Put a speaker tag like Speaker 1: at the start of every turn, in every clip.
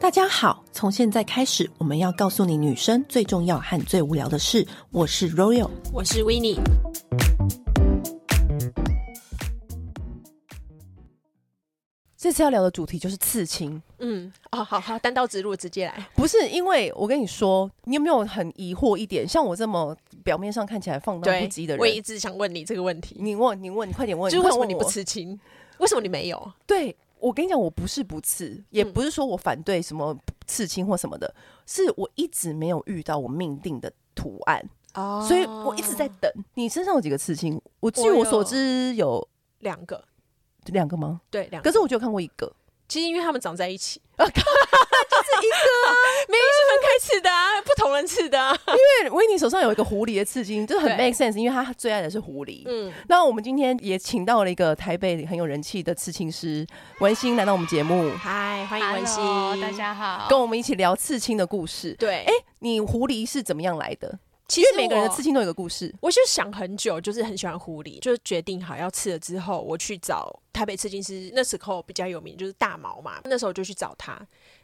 Speaker 1: 大家好，从现在开始，我们要告诉你女生最重要和最无聊的事。我是 Royal，
Speaker 2: 我是 w i n n i e
Speaker 3: 这次要聊的主题就是刺青，
Speaker 2: 嗯，哦，好好，单刀直入，直接来。
Speaker 3: 不是因为我跟你说，你有没有很疑惑一点？像我这么表面上看起来放荡不羁的
Speaker 2: 我一
Speaker 3: 人，
Speaker 2: 直想问你这个问题，
Speaker 3: 你问，你问，你快点问，
Speaker 2: 就是为
Speaker 3: 快
Speaker 2: 什么
Speaker 3: 问
Speaker 2: 你
Speaker 3: 我
Speaker 2: 不？吃青？为什么你没有？
Speaker 3: 对我跟你讲，我不是不刺，也
Speaker 2: 嗯
Speaker 3: 不是说我反对什么刺青或什么的，是我一直没有遇到我命定的图案，
Speaker 2: 哦
Speaker 3: 所以我一直在等。你身上有几个刺青？我据
Speaker 2: 我
Speaker 3: 我所
Speaker 2: 有
Speaker 3: 知有
Speaker 2: 两个，
Speaker 3: 两个吗？
Speaker 2: 对，两个。
Speaker 3: 可是我就看过一个。
Speaker 2: 其实因为他们长在一起，啊，就是一 个，没是分开吃的啊，不同人吃的啊。
Speaker 3: 对，维尼手上有一个狐狸的刺青，就是很
Speaker 2: 对
Speaker 3: make sense，因为他最爱的是狐狸。
Speaker 2: 嗯，
Speaker 3: 那我们今天也请到了一个台北很有人气的刺青师文心来到我们节目，
Speaker 2: 嗨，欢迎文心
Speaker 4: Hello，，大。家好。
Speaker 3: 跟我们一起聊刺青的故事。
Speaker 2: 对，
Speaker 3: 哎、你狐狸是怎么样来的？
Speaker 2: 其
Speaker 3: 因
Speaker 2: 实
Speaker 3: 为每个人的
Speaker 2: 我
Speaker 3: 刺青都有一个故事。
Speaker 2: 我就想很久，就是很喜欢狐狸，就是决定好要吃了之后，我去找台北刺青师，那时候比较有名就是大毛嘛，那时候我就去找他，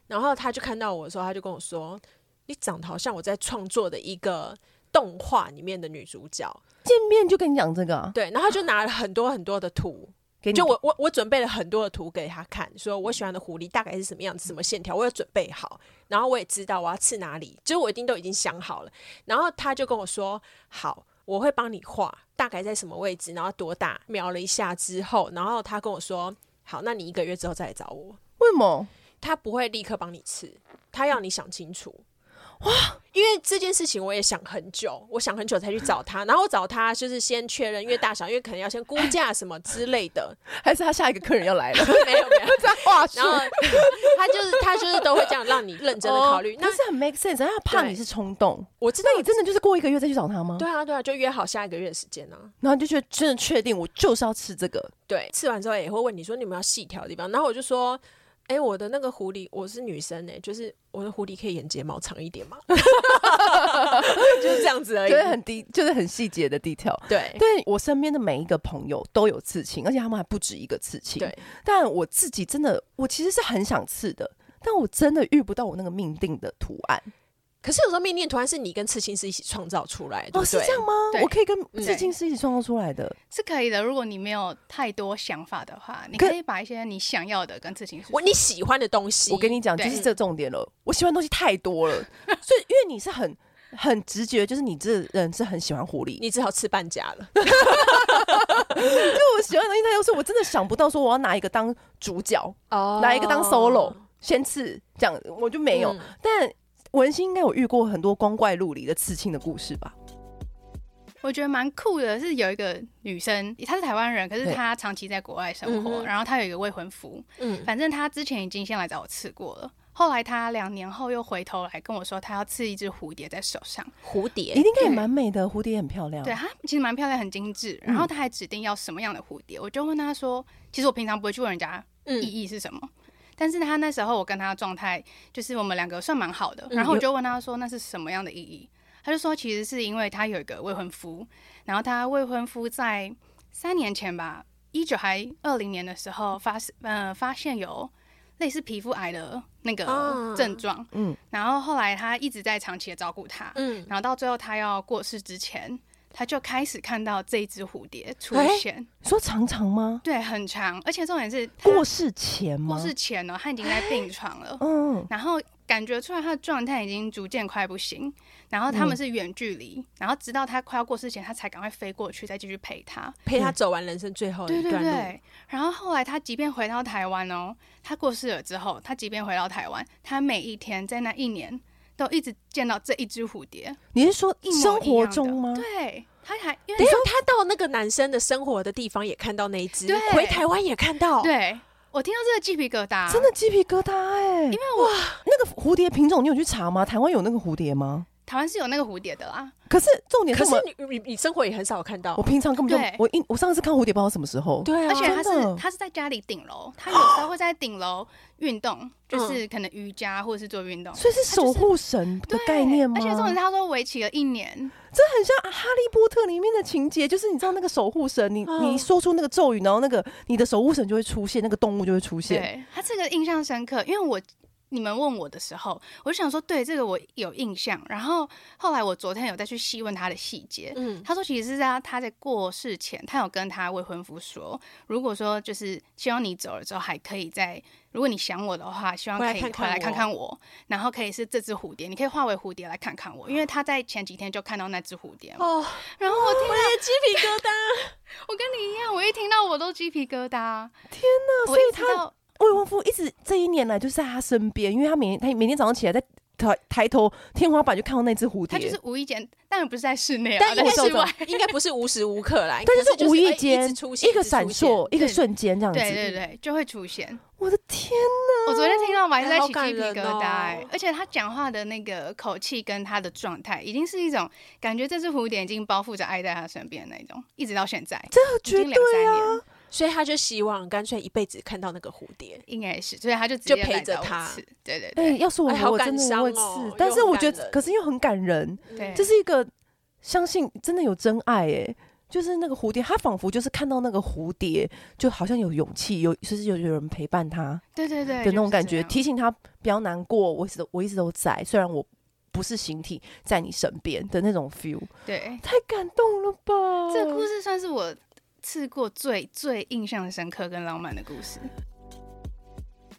Speaker 2: 然后他就看到我的时候，他就跟我说：“你长得好像我在创作的一个动画里面的女主角。
Speaker 3: 见面就跟你讲这个、”啊，
Speaker 2: 对，然后他就拿了很多很多的图，
Speaker 3: 给你
Speaker 2: 就我我我准备了很多的图给他看，说我喜欢的狐狸大概是什么样子，什么线条，我有准备好，然后我也知道我要刺哪里，就是我一定都已经想好了。然后他就跟我说：“好，我会帮你画，大概在什么位置，然后多大。”瞄了一下之后，然后他跟我说：“好，那你一个月之后再来找我。
Speaker 3: 为什么？”
Speaker 2: 他不会立刻帮你刺，他要你想清楚。哇！因为这件事情我也想很久，我想很久才去找他，然后我找他就是先确认，因为大小，因为可能要先估价什么之类的，
Speaker 3: 还是他下一个客人要来 了？
Speaker 2: 没有没 有，
Speaker 3: 在话术
Speaker 2: 然，后他就是他就是都会这样让你认真的考虑。那
Speaker 3: 哦那是很 make sense。他怕你是冲动，
Speaker 2: 我知道
Speaker 3: 那你真的就是过一个月再去找他吗？
Speaker 2: 对，啊对啊，就约好下一个月的时间啊。
Speaker 3: 然后你就觉得真的确定我就是要吃这个，
Speaker 2: 对，吃完之后也会问你说你们要细条的地方，然后我就说。哎、我的那个狐狸，我是女生哎、就是我的狐狸可以眼睫毛长 一点吗？ 就是这样子而已
Speaker 3: 觉。得很低，就是很细节的 detail。
Speaker 2: 对
Speaker 3: 对我身边的每一个朋友都有刺青，而且他们还不止一个刺青。
Speaker 2: 对，
Speaker 3: 但我自己真的，我其实是很想刺的，但我真的遇不到我那个命定的图案。
Speaker 2: 可是有时候命令图案是你跟刺青师一起创造出来的，对
Speaker 3: 哦，
Speaker 2: 不
Speaker 3: 是
Speaker 2: 对？
Speaker 3: 这样吗？
Speaker 4: 对
Speaker 3: 我可以跟
Speaker 4: 嗯
Speaker 3: 刺青师一起创造出来的。
Speaker 4: 是可以的。如果你没有太多想法的话，你
Speaker 3: 可
Speaker 4: 可以把一些你想要的跟事情
Speaker 2: 我你喜欢的东西，
Speaker 3: 我跟你讲，就
Speaker 4: 对
Speaker 3: 是这重点了。我喜欢的东西太多了，所以因为你是很很直觉，就是你这人是很喜欢狐狸。
Speaker 2: 你只好吃半价了。
Speaker 3: 因为我喜欢的东西太多，所以我真的想不到说我要拿一个当主角，
Speaker 2: 哦
Speaker 3: 拿一个当 solo，先刺这样，我就没有。
Speaker 2: 嗯
Speaker 3: 但文心应该有遇过很多光怪陆离的刺青的故事吧？
Speaker 4: 我觉得蛮酷的。是有一个女生，她是台湾人，可是
Speaker 3: 对
Speaker 4: 她长期在国外生
Speaker 2: 嗯
Speaker 4: 活，
Speaker 2: 哼
Speaker 4: 然后她有一个未婚夫，
Speaker 2: 嗯，
Speaker 4: 反正她之前已经先来找我刺过了。后来她两年后又回头来跟我说，她要刺一只蝴蝶在手上。
Speaker 2: 蝴蝶
Speaker 3: 一定应该也蛮美的，蝴蝶也很漂亮。
Speaker 2: 嗯
Speaker 4: 对，啊她其实蛮漂亮，很精致。然后她还指定要什么样的蝴蝶，我就问她说，其实我平常不会去问人家
Speaker 2: 嗯
Speaker 4: 意义是什么。但是他那时候我跟他的状态就是我们两个算蛮好的，
Speaker 2: 嗯
Speaker 4: 然后我就问他说那是什么样的意义，他就说其实是因为他有一个未婚夫，然后他未婚夫在三年前吧，一九还二零年的时候发呃发现有类似皮肤癌的那
Speaker 2: 啊
Speaker 4: 个症状，
Speaker 3: 嗯
Speaker 4: 嗯，然后后来他一直在长期的照顾他，
Speaker 2: 嗯，
Speaker 4: 然后到最后他要过世之前，他就开始看到这一只蝴蝶出
Speaker 2: 哎
Speaker 4: 现，
Speaker 3: 你说长长吗？
Speaker 4: 对，很长，而且重点是他
Speaker 3: 过世前吗？
Speaker 4: 啊过世前哦呢，他已经在病床了，
Speaker 3: 嗯，
Speaker 4: 然后感觉出来他的状态已经逐渐快不行，然后
Speaker 3: 嗯
Speaker 4: 他们是远距离，然后直到他快要过世前，他才赶快飞过去再继续陪他。
Speaker 2: 陪他走完人生最
Speaker 3: 哦
Speaker 2: 后的
Speaker 4: 对
Speaker 2: 一
Speaker 4: 对
Speaker 2: 段路。
Speaker 4: 对，然后后来他即便回到台湾哦，他过世了之后，他即便回到台湾，他每一天在那一年都一直见到这一只蝴蝶，
Speaker 3: 你是说
Speaker 4: 一模一样
Speaker 3: 生
Speaker 4: 的
Speaker 3: 活中吗？
Speaker 4: 对，他还因
Speaker 2: 等
Speaker 4: 为
Speaker 2: 一下，他到那个男生的生活的地方也看到那一只，
Speaker 4: 对
Speaker 2: 回台湾也看到，，
Speaker 4: 对我听到这个鸡皮疙瘩，
Speaker 3: 真的鸡皮疙瘩哎、
Speaker 4: 啊因为我
Speaker 3: 那个蝴蝶品种你有去查吗？台湾有那个蝴蝶吗？
Speaker 4: 台湾是有那个蝴蝶的啊啦，
Speaker 3: 可是重点是
Speaker 2: 可
Speaker 3: 我
Speaker 2: 是
Speaker 3: 们，
Speaker 2: 你你你生活也很少看到
Speaker 3: 我，平常根本
Speaker 4: 对
Speaker 3: 就我一我上次看蝴蝶不知道什么时候。
Speaker 2: 对啊，
Speaker 4: 而且他
Speaker 3: 真的
Speaker 4: 是他是在家里顶楼，他有时候会在顶楼运动，就是可能瑜伽或者是做运动。
Speaker 3: 嗯所以是守护神的
Speaker 4: 对，
Speaker 3: 概念吗？
Speaker 4: 而且重点是他说围棋了一年，
Speaker 3: 这很像《哈利波特》里面的情节，就是你知道那个守护神，你、
Speaker 2: 嗯
Speaker 3: 你说出那个咒语，然后那个你的守护神就会出现，那个动物就会出现。
Speaker 4: 对他这个印象深刻，因为我你们问我的时候，我就想说，对这个我有印象。然后后来我昨天有再去细问他的细节，
Speaker 2: 嗯
Speaker 4: 他说其实是在他在过世前，他有跟他未婚夫说，如果说就是希望你走了之后还可以再，如果你想我的话，希望
Speaker 2: 回来
Speaker 4: 可以
Speaker 2: 看
Speaker 4: 回
Speaker 2: 看
Speaker 4: 来
Speaker 2: 我
Speaker 4: 看看我，然后可以是这只蝴蝶，你可以化为蝴蝶来看看我，因为他在前几天就看到那只蝴蝶嘛。
Speaker 2: 哦，
Speaker 4: 然后我听到，
Speaker 2: 鸡皮疙瘩，
Speaker 4: 我跟你一样，我一听到我都鸡皮疙瘩。
Speaker 3: 那
Speaker 4: 我
Speaker 3: 所以
Speaker 4: 一
Speaker 3: 他
Speaker 4: 直到
Speaker 3: 未婚夫一直这一年来就是在他身边，因为他每天他每天早上起来在抬抬头天花板就看到那只蝴蝶，
Speaker 4: 他就是无意间，当然不是在室内啊，
Speaker 2: 但应
Speaker 4: 在
Speaker 2: 该
Speaker 4: 室外。
Speaker 2: 是应该不是无时无刻啦，
Speaker 3: 但
Speaker 2: 可
Speaker 3: 是
Speaker 2: 是
Speaker 3: 无
Speaker 2: 是
Speaker 3: 意
Speaker 2: 哎
Speaker 3: 间
Speaker 2: 一直出现
Speaker 3: 一个闪，
Speaker 2: 直出
Speaker 3: 烁，一个瞬间这样子。
Speaker 4: 对对对，就会出现。
Speaker 3: 我的天哪！
Speaker 4: 我昨天听到我还是在
Speaker 2: 哦哎好
Speaker 4: 起
Speaker 2: 感
Speaker 4: 鸡皮
Speaker 2: 人
Speaker 4: 疙瘩、哎
Speaker 2: 哦
Speaker 4: 而且他讲话的那个口气跟他的状态，已经是一种感觉这只蝴蝶已经包覆着爱在他身边的那种，一直到现在，这已
Speaker 3: 绝
Speaker 4: 经两三
Speaker 3: 对
Speaker 4: 年，
Speaker 2: 现所以他就希望干脆一辈子看到那个蝴蝶。
Speaker 4: 应该是，所以他就直
Speaker 2: 就
Speaker 4: 接
Speaker 2: 陪
Speaker 4: 来
Speaker 2: 着
Speaker 4: 找我
Speaker 2: 他
Speaker 4: 一次对对
Speaker 3: 哎、
Speaker 4: 对，
Speaker 3: 要是我
Speaker 2: 哎好
Speaker 3: 我
Speaker 2: 感
Speaker 3: 真的我也是，
Speaker 2: 伤哦
Speaker 3: 但是
Speaker 2: 又很
Speaker 3: 我觉
Speaker 2: 感
Speaker 3: 得，
Speaker 2: 人
Speaker 3: 可是又很感人，
Speaker 4: 对
Speaker 3: 这是一个相信真的有真爱哎、就是那个蝴蝶，他仿佛就是看到那个蝴蝶，就好像有勇气，有就是有有人陪伴他
Speaker 4: 对对对
Speaker 3: 的那种感觉，
Speaker 4: 就是
Speaker 3: 提醒他不要难过，我一直都我一直都在，虽然我不是形体在你身边的那种 feel，
Speaker 4: 这样对。
Speaker 3: 太感动了吧！
Speaker 4: 这个
Speaker 2: 哦
Speaker 4: 故事算是我吃过最最印象深刻跟浪漫的故事。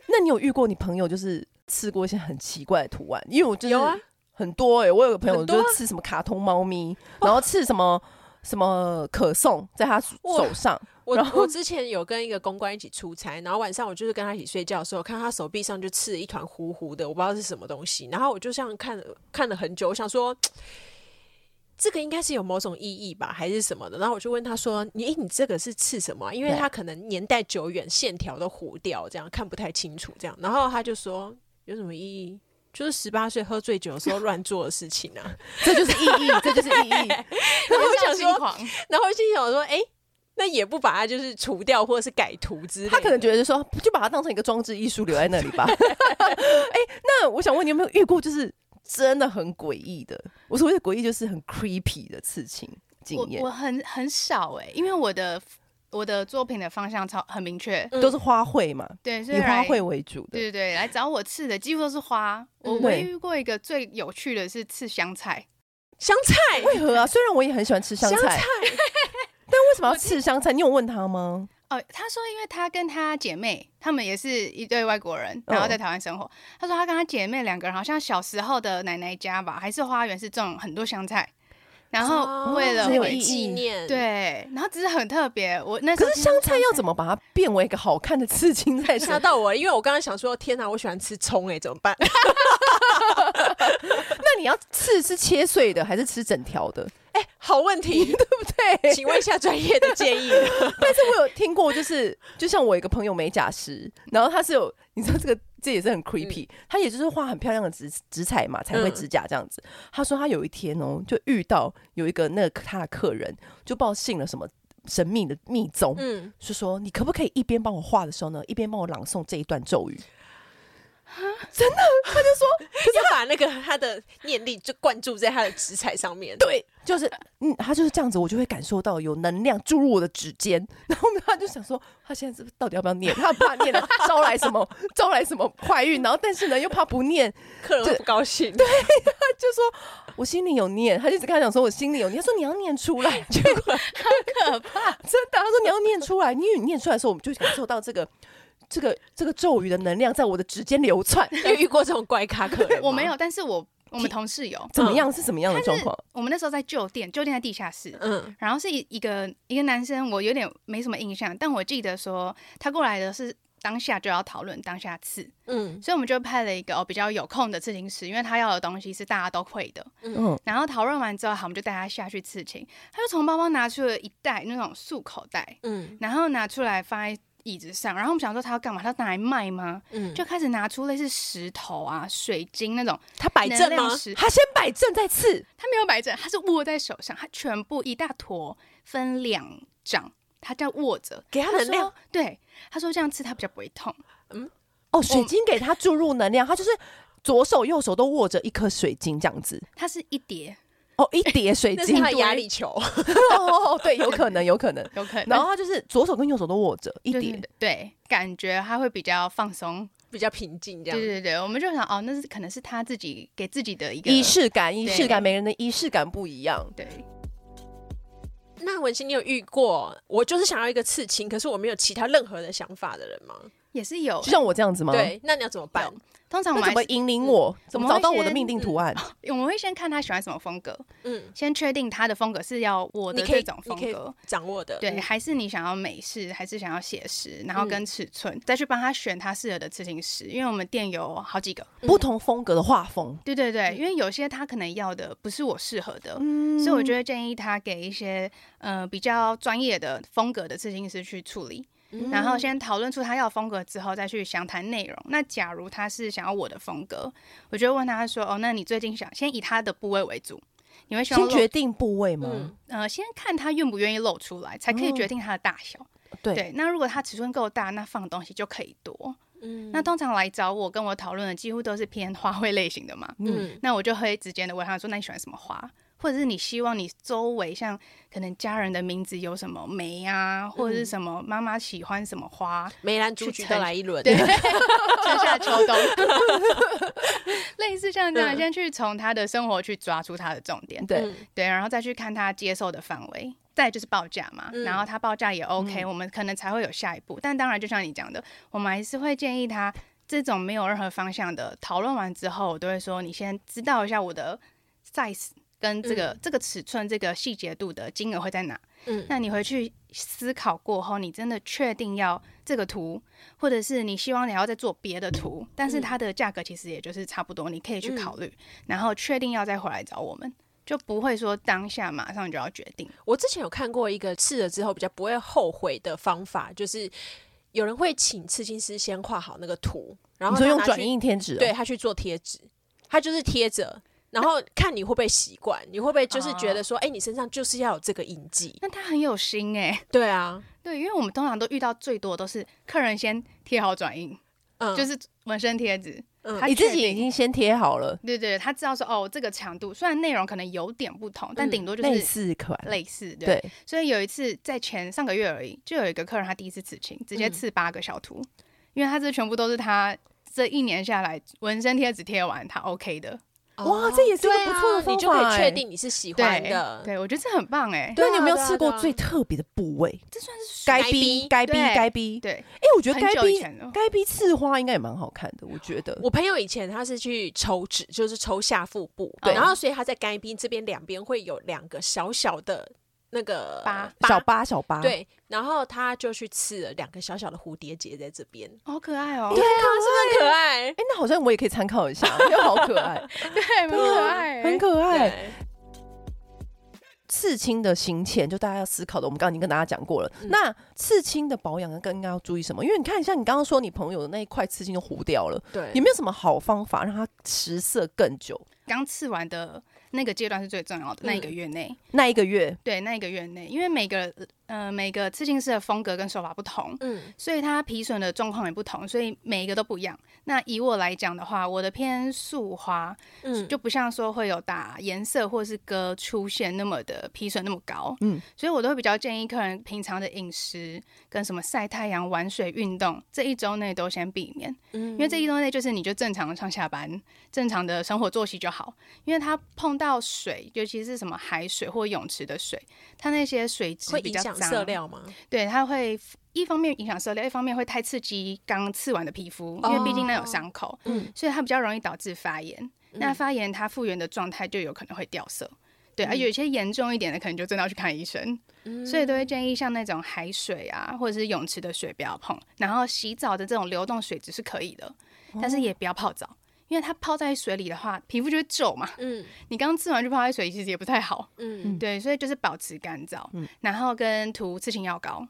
Speaker 3: 那你有遇过你朋友就是吃过一些很奇怪的图案？因为我就是
Speaker 2: 有啊，
Speaker 3: 很多哎、我有个朋友
Speaker 2: 很多啊
Speaker 3: 就是吃什么卡通猫咪，然后吃什么什么可颂在他手
Speaker 2: 哇
Speaker 3: 手上，
Speaker 2: 我
Speaker 3: 然后
Speaker 2: 我之前有跟一个公关一起出差，然后晚上我就是跟他一起睡觉的时候，看他手臂上就刺了一团糊糊的，我不知道是什么东西。然后我就像看了看了很久，我想说。这个应该是有某种意义吧，还是什么的？然后我就问他说：“你诶你这个是刺什么啊、因为
Speaker 3: 对
Speaker 2: 他可能年代久远，线条都糊掉，这样看不太清楚。这样，然后他就说有什么意义？就是十八岁喝醉酒的时候乱做的事情啊。
Speaker 3: 这就是意义，这就是意 义。
Speaker 4: 然 后
Speaker 2: 我想说
Speaker 4: 狂，
Speaker 2: 然后我心想说：诶，那也不把它就是除掉，或者是改图之类的。
Speaker 3: 他可能觉得说，就把它当成一个装置艺术留在那里吧。 哎、那我想问你有没有遇过就是真的很诡异的？我所谓的诡异就是很 creepy 的事情经验
Speaker 4: 我我，很很少哎、因为我的我的作品的方向超很明确，
Speaker 2: 嗯
Speaker 3: 都是花卉嘛，
Speaker 4: 对，所以
Speaker 3: 以花
Speaker 4: 来
Speaker 3: 卉为主的。
Speaker 4: 对对对，来找我刺的几乎都是花。我
Speaker 2: 嗯
Speaker 4: 唯
Speaker 3: 对
Speaker 4: 一遇过一个最有趣的是刺香菜，
Speaker 2: 香菜，
Speaker 3: 为何啊？虽然我也很喜欢吃香菜，
Speaker 2: 香菜
Speaker 3: 但为什么要吃香菜？你有问他吗？
Speaker 4: 哦，他说，因为他跟他姐妹，他们也是一对外国人，然后
Speaker 3: 哦
Speaker 4: 在台湾生活。他说他跟他姐妹两个人好像小时候的奶奶家吧，还是花园是种很多香菜，然
Speaker 2: 哦
Speaker 4: 后为了
Speaker 3: 哦很有
Speaker 4: 回
Speaker 3: 意义
Speaker 2: 纪念，，
Speaker 4: 对，然后只是很特别。我那时
Speaker 3: 可
Speaker 4: 候
Speaker 3: 是香菜要怎么把它变为一个好看的刺青在身
Speaker 2: 吓到我了，因为我刚刚想说，天哪，我喜欢吃葱哎、怎么办？
Speaker 3: 那你要刺是切碎的还是吃整条 的？
Speaker 2: 哎、好问题，
Speaker 3: 对不对？
Speaker 2: 请问一下专业的建议。
Speaker 3: 但是我有听过，就是就像我一个朋友美甲师，然后他是有，你知道这个这也是很 creepy，、他也就是画很漂亮的纸纸彩嘛，才会指甲这样子。他说他有一天哦，就遇到有一个那个他的客人，就不知道信了什么神秘的密宗，
Speaker 2: 嗯，
Speaker 3: 是说你可不可以一边帮我画的时候呢，一边帮我朗诵这一段咒语？
Speaker 2: 要把那个他的念力就灌注在他的指彩上面。，
Speaker 3: 对，就是嗯，他就是这样子，我就会感受到有能量注入我的指尖，然后呢，他就想说，他现在是不是到底要不要念？他怕念了招来什么，招来什么坏运，然后但是呢又怕不念，
Speaker 2: 客人会不高兴。对，
Speaker 3: 他就说我心里有念，他就只跟他讲说我心里有念，他说你要念出 来，结果好可怕， 真的，他说你要念出来，因为你念出来的时候，我们就感受到这个。这个这个咒语的能量在我的指尖流窜，
Speaker 2: 因为遇过这种怪咖客人吗，
Speaker 4: 我没有，但是我我们同事有。
Speaker 3: 怎么嗯样是什么样的状况？
Speaker 4: 我们那时候在旧店，旧店在地下室，
Speaker 2: 嗯，
Speaker 4: 然后是一一个一个男生，我有点没什么印象，但我记得说他过来的是当下就要讨论当下刺，
Speaker 2: 嗯
Speaker 4: 所以我们就派了一个哦比较有空的刺青师，因为他要的东西是大家都会的。
Speaker 3: 嗯，
Speaker 4: 然后讨论完之后，好，我们就带他下去刺青，他就从包包拿出了一袋那种束口袋，
Speaker 2: 嗯
Speaker 4: 然后拿出来放在椅子上，然后我们想说他要干嘛？他要拿来卖吗？
Speaker 2: 嗯，
Speaker 4: 就开始拿出类似石头啊、水晶那种
Speaker 2: 他摆
Speaker 4: 能
Speaker 2: 正吗
Speaker 4: 量？石
Speaker 3: 他先摆正再刺，
Speaker 4: 他没有摆正，他是握在手上，他全部一大坨分两掌，他这样握着，
Speaker 2: 给他能量
Speaker 4: 说。对，他说这样吃他比较不会痛。
Speaker 3: 哦，水晶给他注入能量，他就是左手右手都握着一颗水晶这样子。
Speaker 4: 他是一叠，
Speaker 3: 哦，一叠 水
Speaker 2: 那是
Speaker 3: 晶，
Speaker 2: 他的压力球，
Speaker 3: 哦，哦对，有可能，有可 能。
Speaker 4: 有可能。
Speaker 3: 然后他就是左手跟右手都握着一
Speaker 4: 就是
Speaker 3: 叠，
Speaker 4: 对，感觉他会比较放松，
Speaker 2: 比比较平静这
Speaker 4: 对
Speaker 2: 样。
Speaker 4: 对对，我们就想哦，那是可能是他自己给自己的一个
Speaker 3: 仪，式感，仪
Speaker 4: 对
Speaker 3: 式感，每个人的仪式感不一样。
Speaker 4: 对，
Speaker 2: 那文心，你有遇过我就是想要一个刺青，可是我没有其他任何的想法的人吗？
Speaker 4: 也是有
Speaker 3: 就。像我这样子吗？，
Speaker 2: 对，那你要怎么办
Speaker 4: 有？通常我
Speaker 3: 那
Speaker 4: 们
Speaker 3: 怎么
Speaker 4: 还是
Speaker 3: 引领我？怎么找到我的
Speaker 4: 先
Speaker 3: 命定图案？
Speaker 4: 我们会先看他喜欢什么风格，
Speaker 2: 嗯，
Speaker 4: 先确定他的风格是要我
Speaker 2: 你
Speaker 4: 的
Speaker 2: 可
Speaker 4: 这
Speaker 2: 以
Speaker 4: 种，
Speaker 2: 你
Speaker 4: 风
Speaker 2: 可以
Speaker 4: 格，
Speaker 2: 掌握的。
Speaker 4: 对，
Speaker 2: 嗯，
Speaker 4: 还是你想要美式，还是想要写实，然后跟尺寸，再去帮他选他适合的刺青师，因为我们店有好几个。嗯
Speaker 3: 不同风格的画风，
Speaker 4: 对对对，因为有些他可能要的不是我适合的，
Speaker 2: 嗯
Speaker 4: 所以我就会建议他给一些呃比较专业的风格的刺青师去处理，
Speaker 2: 嗯
Speaker 4: 然后先讨论出他要的风格之后，再去详谈内容。那假如他是想要我的风格，我就会问他说：“哦，那你最近想先以他的部位为主，你会希望
Speaker 3: 先
Speaker 4: 露
Speaker 3: 决定部位吗？
Speaker 2: 嗯
Speaker 4: 呃先看他愿不愿意露出来，才可
Speaker 2: 哦
Speaker 4: 以决定他的大小。
Speaker 3: 对，
Speaker 4: 对，那如果它尺寸够大，那放的东西就可以多。
Speaker 2: 嗯
Speaker 4: 那通常来找我跟我讨论的，几乎都是偏花卉类型的嘛。
Speaker 2: 嗯
Speaker 4: 那我就会直接的问他说：“那你喜欢什么花？或者是你希望你周围像可能家人的名字有什么梅啊，
Speaker 2: 嗯
Speaker 4: 或者是什么妈妈喜欢什么 花？
Speaker 2: 梅兰竹
Speaker 4: 去
Speaker 2: 菊
Speaker 4: 采
Speaker 2: 都来一轮，
Speaker 4: 对， 春夏秋冬， 类似像这样，先去从他的生活去抓出他的重点。
Speaker 3: 对
Speaker 2: 嗯
Speaker 4: 对，然后再去看他接受的范围，再就是报价嘛，
Speaker 2: 嗯
Speaker 4: 然后他报价也 OK，、我们可能才会有下一步。但当然，就像你讲的，我们还是会建议他这种没有任何方向的讨论完之后，我都会说你先知道一下我的 size 跟这个、这个尺寸、这个细节度的金额会在哪。
Speaker 2: 嗯
Speaker 4: 那你回去思考过后，你真的确定要这个图，或者是你希望你还要再做别的图，但
Speaker 2: 嗯
Speaker 4: 是它的价格其实也就是差不多，你可以去考虑，然后确定要再回来找我们，就不会说当下马上就要决定。
Speaker 2: 我之前有看过一个试了之后比较不会后悔的方法，就是有人会请刺青师先画好那个图，然
Speaker 3: 你
Speaker 2: 后
Speaker 3: 说
Speaker 2: 他
Speaker 3: 用
Speaker 2: 拿
Speaker 3: 转
Speaker 2: 去
Speaker 3: 印贴纸、哦，
Speaker 2: 对，他去做贴纸，他就是贴着，然后看你会不会习惯，你会不会就是觉得说，哎、你身上就是要有这个印记？
Speaker 4: 那他很有心哎、
Speaker 2: 对啊，
Speaker 4: 对，因为我们通常都遇到最多都是客人先贴好转印，
Speaker 2: 嗯，
Speaker 4: 就是纹身贴纸，
Speaker 2: 嗯
Speaker 4: 他
Speaker 3: 你自
Speaker 4: 确
Speaker 3: 己已
Speaker 4: 定
Speaker 3: 经先贴好了，
Speaker 4: 对对，他知道说哦，这个长度虽然内容可能有点不同，但
Speaker 2: 嗯
Speaker 4: 顶多就是
Speaker 3: 类似款，
Speaker 4: 类似，对。
Speaker 3: 对，
Speaker 4: 所以有一次在前上个月而已，就有一个客人他第一次刺青，直接刺八个小图，因为他这全部都是他这一年下来纹身贴纸贴完他 OK 的，
Speaker 3: 哇这也是个
Speaker 2: 对
Speaker 3: 不错的
Speaker 2: 啊你就
Speaker 3: 方
Speaker 2: 可
Speaker 3: 法
Speaker 2: 以
Speaker 3: 哎
Speaker 2: 确定你是喜欢
Speaker 4: 对
Speaker 2: 的。
Speaker 4: 对我觉得这很棒哎、
Speaker 2: 对啊
Speaker 3: 那你有没有
Speaker 2: 对啊
Speaker 3: 吃过
Speaker 2: 对啊
Speaker 3: 最特别的部位？
Speaker 4: 这算是
Speaker 3: 该
Speaker 2: 该
Speaker 3: 逼
Speaker 2: 逼
Speaker 3: 该逼
Speaker 4: 对
Speaker 3: 该逼，
Speaker 4: 对，
Speaker 3: 哎，我觉得
Speaker 4: 很
Speaker 3: 该
Speaker 4: 久以
Speaker 3: 逼
Speaker 4: 前了
Speaker 3: 该逼刺花应该也蛮好看的，我觉得。
Speaker 2: 我朋友以前他是去抽脂，就是抽下腹部，
Speaker 4: 对
Speaker 2: 然后所以他在该边这边两边会有两个小小的那个
Speaker 4: 疤
Speaker 3: 小八小八，，
Speaker 2: 对，然后他就去刺了两个小小的蝴蝶结在这边，
Speaker 4: 好可爱哦、
Speaker 2: 对啊，是不是很可爱？
Speaker 3: 哎，那好像我也可以参考一下，又好可爱，
Speaker 4: 对，很可爱、
Speaker 3: 啊很可爱。
Speaker 2: 对，
Speaker 3: 刺青的行前，就大家要思考的，我们刚刚已经跟大家讲过了。
Speaker 4: 嗯
Speaker 3: 那刺青的保养跟应该要注意什么？因为你看，像你刚刚说，你朋友的那一块刺青就糊掉了，
Speaker 2: 对
Speaker 3: 有没有什么好方法让它持色更久？
Speaker 4: 刚刺完的那个阶段是最重要的，那一个月内，
Speaker 3: 那一个月，
Speaker 4: 对，那一个月内，因为每个呃每个刺青师的风格跟手法不同，
Speaker 2: 嗯
Speaker 4: 所以它皮损的状况也不同，所以每一个都不一样。那以我来讲的话，我的偏素花，
Speaker 2: 嗯，
Speaker 4: 就不像说会有打颜色或是歌出现那么的批准那么高，
Speaker 3: 嗯
Speaker 4: 嗯，所以我都会比较建议客人平常的饮食跟什么晒太阳、玩水、运动这一周内都先避免，因
Speaker 2: 因
Speaker 4: 为这一周内就是你就正常上下班、正常的生活作息就好，因为它碰到水，尤其是什么海水或泳池的水，它那些水质
Speaker 2: 会
Speaker 4: 比
Speaker 2: 影
Speaker 4: 较
Speaker 2: 响
Speaker 4: 脏，
Speaker 2: 色料吗？
Speaker 4: 对，它会一方面影响色料，一方面会太刺激刚刺完的皮肤，因为毕竟那有伤口，
Speaker 2: 嗯
Speaker 4: 所以它比较容易导致发炎。那发炎它复原的状态就有可能会掉色。对，
Speaker 2: 嗯
Speaker 4: 啊而有一些严重一点的，可能就真的要去看医生，所以都会建议像那种海水啊，或者是泳池的水不要碰，然后洗澡的这种流动水质是可以的，
Speaker 2: 哦
Speaker 4: 但是也不要泡澡，因为它泡在水里的话，皮肤就会皱嘛。
Speaker 2: 嗯
Speaker 4: 你刚吃完就泡在水，其实也不太好。
Speaker 2: 嗯，
Speaker 4: 对，所以就是保持干燥，然后跟涂刺青药膏，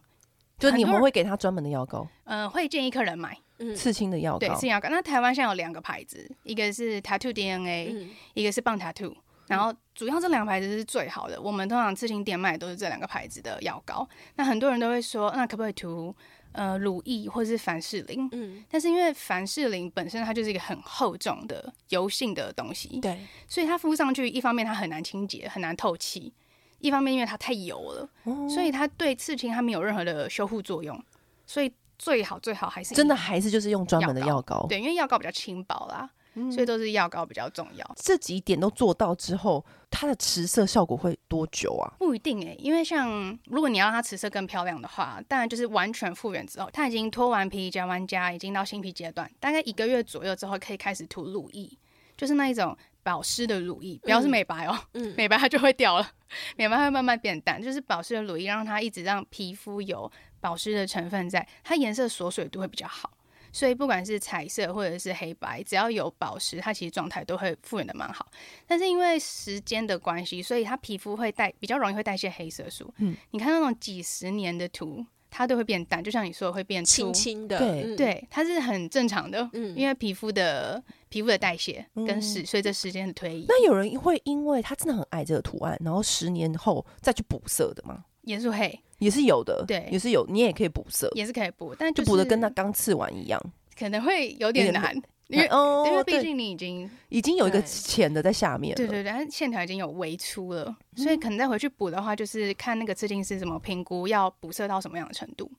Speaker 3: 就你
Speaker 4: 很多
Speaker 3: 们
Speaker 4: 人
Speaker 3: 会给他专门的药膏，
Speaker 4: 呃，会建议客人买，
Speaker 2: 嗯
Speaker 3: 刺青的药
Speaker 4: 对，
Speaker 3: 膏
Speaker 4: 刺。青药膏。那台湾现在有两个牌子，一个是 Tattoo DNA，、
Speaker 2: 嗯
Speaker 4: 一个是棒 Tattoo。然后主要这两个牌子是最好的，我们通常刺青店卖都是这两个牌子的药膏。那很多人都会说，那可不可以涂呃乳液或是凡士林？
Speaker 2: 嗯，
Speaker 4: 但是因为凡士林本身它就是一个很厚重的油性的东西，
Speaker 2: 对，
Speaker 4: 所以它敷上去，一方面它很难清洁，很难透气；一方面因为它太油了，所以它对刺青它没有任何的修护作用。所以最好最好还是以
Speaker 3: 真的还是就是用专门的药膏。
Speaker 4: 对，因为药膏比较轻薄啦，所以都是药膏比较重要。
Speaker 3: 这几点都做到之后，它的持色效果会多久啊？
Speaker 4: 不一定诶、因为像如果你要让它持色更漂亮的话，当然就是完全复原之后，它已经脱完皮、夹完痂，已经到新皮阶段，大概一个月左右之后可以开始涂乳液，就是那一种保湿的乳液，不要是美白哦，
Speaker 2: 嗯
Speaker 4: 美白它就会掉了，美白它会慢慢变淡，就是保湿的乳液让它一直让皮肤有保湿的成分在，它颜色锁水度会比较好。所以不管是彩色或者是黑白，只要有保湿，它其实状态都会复原的蛮好。但是因为时间的关系，所以它皮肤会代比较容易会代谢黑色素。嗯，你看那种几十年的图，它都会变淡，就像你说的会变粗
Speaker 2: 轻。轻的，
Speaker 3: 对
Speaker 2: 嗯，
Speaker 4: 对，它是很正常的，
Speaker 2: 嗯
Speaker 4: 因为皮肤的皮肤的代谢
Speaker 3: 嗯
Speaker 4: 跟时随着时间的推移，
Speaker 3: 那有人会因为他真的很爱这个图案，然后十年后再去补色的吗？
Speaker 4: 严肃黑
Speaker 3: 也是有的，
Speaker 4: 对
Speaker 3: 也是有，你也可以补色，
Speaker 4: 也是可以补，但
Speaker 3: 就
Speaker 4: 就
Speaker 3: 补的跟他
Speaker 4: 它
Speaker 3: 刚刺完一样。
Speaker 4: 可能会有点
Speaker 3: 有点
Speaker 4: 难，因为
Speaker 3: 哦
Speaker 4: 因为毕
Speaker 3: 对
Speaker 4: 竟你已经
Speaker 3: 已经有一个
Speaker 2: 对
Speaker 3: 浅的在下面了，
Speaker 4: 对对对，它线条已经有微粗了，所
Speaker 3: 嗯
Speaker 4: 以可能再回去补的话，就是看那个刺青师怎么评估要补色到什么样的程度，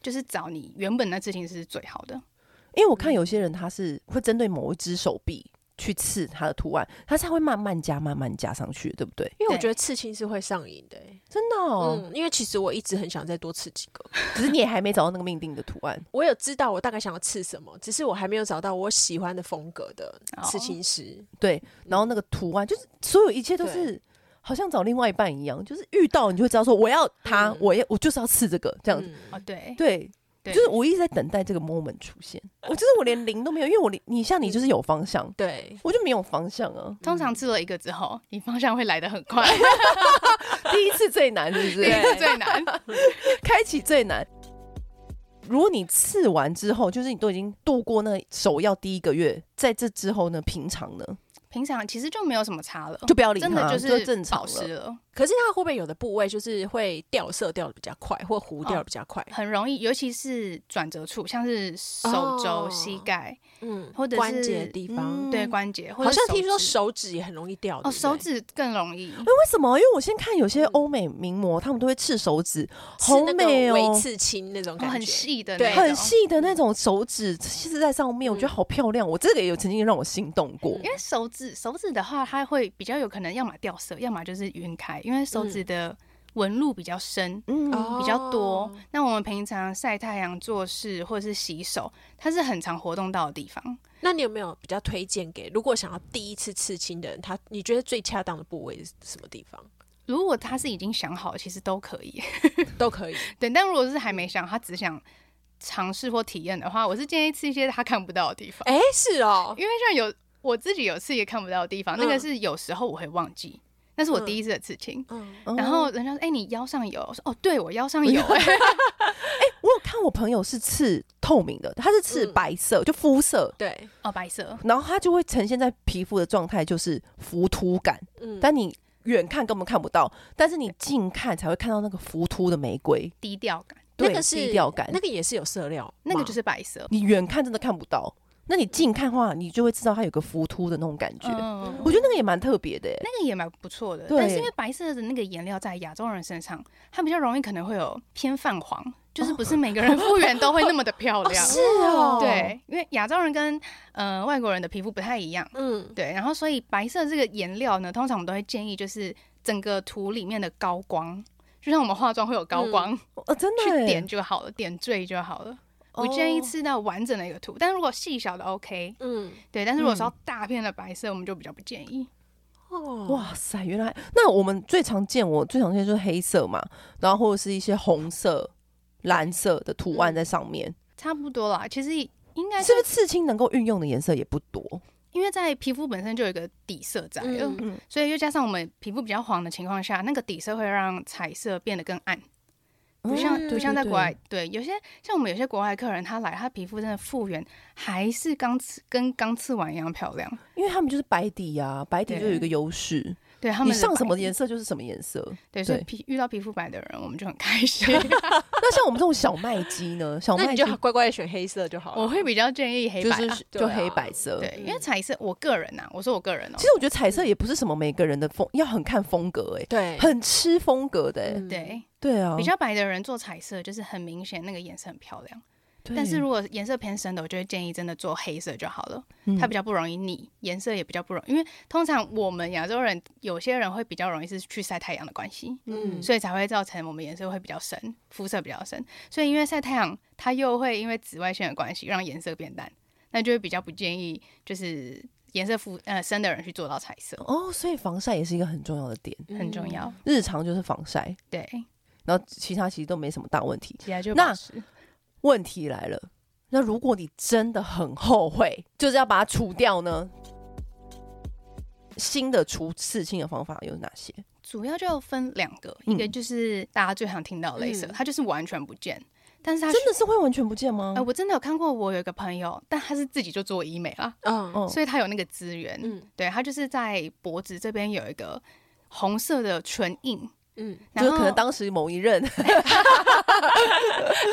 Speaker 4: 就是找你原本的刺青师是最好的。
Speaker 3: 因为我看有些人他是会针对某一只手臂去刺他的图案，他才会慢慢加、慢慢加上去，对不对？
Speaker 2: 因为我
Speaker 4: 对
Speaker 2: 觉得刺青是会上瘾的、欸，
Speaker 3: 真的哦，
Speaker 2: 嗯，因为其实我一直很想再多刺几个，
Speaker 3: 只是你也还没找到那个命定的图案。
Speaker 2: 我有知道我大概想要刺什么，只是我还没有找到我喜欢的风格的
Speaker 4: 哦
Speaker 2: 刺青师。
Speaker 3: 对，然后那个图案就是所有一切都是好像找另外一半一样，就是遇到你就会知道说我要他，
Speaker 2: 嗯
Speaker 3: 我要我就是要刺这个这样子。
Speaker 2: 嗯
Speaker 4: 哦，对
Speaker 3: 对，
Speaker 4: 对，
Speaker 3: 就是我一直在等待这个 moment 出现。我就是我连零都没有，因为我连你像你就是有方向，
Speaker 2: 对，
Speaker 3: 我就没有方向啊。
Speaker 4: 通常刺了一个之后，你方向会来得很 快，
Speaker 3: 第一次最难是不是？
Speaker 2: 对
Speaker 4: 这最难。
Speaker 3: 开启最难。如果你刺完之后，就是你都已经度过那首要第一个月，在这之后呢，平常呢
Speaker 4: 平常其实就没有什么差了，
Speaker 3: 就不要理它，
Speaker 4: 哦真的
Speaker 3: 就是正常
Speaker 4: 保湿
Speaker 3: 了。
Speaker 4: 了，
Speaker 2: 可是它会不会有的部位就是会掉色掉的比较快，或糊
Speaker 4: 哦
Speaker 2: 掉的比较快？
Speaker 4: 很容易，尤其是转折处，像是手肘、
Speaker 2: 哦
Speaker 4: 膝盖，
Speaker 2: 嗯，
Speaker 4: 或者是
Speaker 2: 关节的地方。
Speaker 3: 嗯
Speaker 4: 对关节，或
Speaker 2: 好
Speaker 4: 者
Speaker 2: 像听说
Speaker 4: 指
Speaker 2: 手指也很容易掉
Speaker 4: 哦，手。
Speaker 2: 对
Speaker 4: 指更容易。
Speaker 3: 哎，为什么？因为我先看有些欧美名模，他们都会刺手指，好
Speaker 2: 不对是嗯那
Speaker 3: 美
Speaker 2: 个
Speaker 3: 哦
Speaker 2: 微，刺青那种
Speaker 4: 哦
Speaker 2: 感觉，
Speaker 4: 很细的
Speaker 2: 对
Speaker 4: 那种，
Speaker 3: 很细的那种手指，其实在上面，我觉得
Speaker 2: 嗯
Speaker 3: 好漂亮。我这个也有曾经让我心动过
Speaker 2: 嗯
Speaker 4: 因为手指手指的话，它会比较有可能要么掉色，要么就是晕开，因为手指
Speaker 2: 嗯
Speaker 4: 的纹路比较深。
Speaker 3: 嗯，
Speaker 2: 哦
Speaker 4: 比较多，那我们平常晒太阳、做事或者是洗手，它是很常活动到的地方。
Speaker 2: 那你有没有比较推荐给如果想要第一次刺青的人，他你觉得最恰当的部位是什么地方？
Speaker 4: 如果他是已经想好，其实都可以。
Speaker 2: 都可 以。
Speaker 4: 对，但如果是还没想，他只想尝试或体验的话，我是建议吃一些他看不到的地方，
Speaker 2: 哎、是哦，
Speaker 4: 因为像有我自己有刺也看不到的地方，那
Speaker 2: 嗯
Speaker 4: 个是有时候我会忘记，那是我
Speaker 2: 嗯
Speaker 4: 第一次的刺青。
Speaker 2: 嗯，
Speaker 3: 嗯
Speaker 4: 然后人家说：“哎、你腰上有？”我说：“哦，对我腰上有、哎，
Speaker 3: 我有看我朋友是刺透明的，他是刺
Speaker 2: 嗯
Speaker 3: 白色，就肤色，
Speaker 2: 对，
Speaker 4: 哦，白色。
Speaker 2: 嗯
Speaker 3: 然后它就会呈现在皮肤的状态，就是浮凸感。
Speaker 2: 嗯，
Speaker 3: 但你远看根本看不到，但是你近看才会看到那个浮凸的玫瑰，
Speaker 4: 低调感，
Speaker 2: 那
Speaker 3: 对
Speaker 2: 个是
Speaker 3: 低调感。
Speaker 2: 那个也是有色料吗，
Speaker 4: 那个就是白色。嗯
Speaker 3: 你远看真的看不到，那你近看的话，你就会知道它有个浮凸的那种感觉。
Speaker 4: 嗯，
Speaker 3: 我觉得那个也蛮特别的耶、欸
Speaker 4: 那个也蛮不错的，
Speaker 3: 对
Speaker 4: 但是因为白色的那个颜料在亚洲人身上，它比较容易可能会有偏泛黄，就是不是每个人复原都会那么的漂 亮。
Speaker 2: 是哦，，
Speaker 4: 对，因为亚洲人跟呃外国人的皮肤不太一样，
Speaker 2: 嗯，
Speaker 4: 对，然后所以白色这个颜料呢，通常我们都会建议就是整个图里面的高光，就像我们化妆会有
Speaker 2: 嗯
Speaker 4: 高光，
Speaker 3: 哦，真的哦
Speaker 4: 去
Speaker 3: 耶
Speaker 4: 点就好了，点缀就好了。
Speaker 2: 哦
Speaker 4: 不建议刺到完整的一个图，但如果细小的 OK，
Speaker 2: 嗯，
Speaker 4: 对，但是如果是要大片的白色，我们就比较不建议。
Speaker 2: 哦，哇，
Speaker 3: 哇塞，原来那我们最常见，我最常见就是黑色嘛，然后或者是一些红色、蓝色的图案在上面，
Speaker 4: 差不多啦，其实应该
Speaker 3: 是不是刺青能够运用的颜色也不多？
Speaker 4: 因为在皮肤本身就有一个底色在了，
Speaker 2: 嗯
Speaker 4: 所以又加上我们皮肤比较黄的情况下，那个底色会让彩色变得更暗。不像
Speaker 2: 嗯
Speaker 4: 不像在
Speaker 3: 对
Speaker 4: 国外，对有些像我们有些国外客人，他来他皮肤真的复原还是刚刺跟刚刺完一样漂亮。
Speaker 3: 因为他们就是白底啊，白底就有一个优势，
Speaker 4: 对他
Speaker 3: 你
Speaker 4: 们的
Speaker 3: 上什
Speaker 4: 白
Speaker 3: 么颜色就是什么颜色。
Speaker 4: 对，所以
Speaker 3: 对
Speaker 4: 皮遇到皮肤白的人，我们就很开 心。
Speaker 3: 那像我们这种小麦肌呢， 小
Speaker 2: 那
Speaker 3: 麦
Speaker 2: 你
Speaker 3: 肌
Speaker 2: 就乖乖的选黑色就好了。
Speaker 4: 我会比较建议黑
Speaker 3: 就
Speaker 4: 白、啊，
Speaker 3: 是
Speaker 2: 对
Speaker 3: 就
Speaker 2: 啊
Speaker 3: 黑白色。
Speaker 4: 对，因为彩色，我个人呐、啊，我说我个人哦、
Speaker 3: 其实我觉得彩色也不是什么每个人的风，要很看风格哎、
Speaker 2: 对，
Speaker 3: 很吃风格的哎、
Speaker 2: 嗯
Speaker 4: 对，
Speaker 3: 对啊，
Speaker 4: 比较白的人做彩色，就是很明显那个颜色很漂亮。但是如果颜色偏深的，我就会建议真的做黑色就好了，
Speaker 3: 嗯
Speaker 4: 它比较不容易腻，颜色也比较不容易。因为通常我们亚洲人有些人会比较容易是去晒太阳的关系，
Speaker 2: 嗯
Speaker 4: 所以才会造成我们颜色会比较深，肤色比较深。所以因为晒太阳，它又会因为紫外线的关系让颜色变淡，那就会比较不建议就是颜色肤呃深的人去做到彩色，
Speaker 3: 哦，所以防晒也是一个很重要的点，
Speaker 4: 很重要。
Speaker 3: 日常就是防晒，
Speaker 4: 对，
Speaker 3: 然后其他其实都没什么大问题。
Speaker 4: 其他就
Speaker 3: 那
Speaker 4: 保湿
Speaker 3: 问题来了，那如果你真的很后悔，就是要把它除掉呢？新的除刺青的方法有哪些？
Speaker 4: 主要就分两个，
Speaker 3: 嗯
Speaker 4: 一个就是大家最常听到的镭射，
Speaker 2: 嗯
Speaker 4: 它就是完全不见，但是它
Speaker 3: 真的是会完全不见吗
Speaker 4: 哎、？我真的有看过，我有一个朋友，但他是自己就做医美啦，
Speaker 2: 嗯
Speaker 3: 哦
Speaker 4: 所以他有那个资源。
Speaker 2: 嗯
Speaker 4: 对他就是在脖子这边有一个红色的唇印，
Speaker 2: 嗯，
Speaker 3: 就
Speaker 4: 然
Speaker 3: 是
Speaker 4: 后
Speaker 3: 可能当时某一任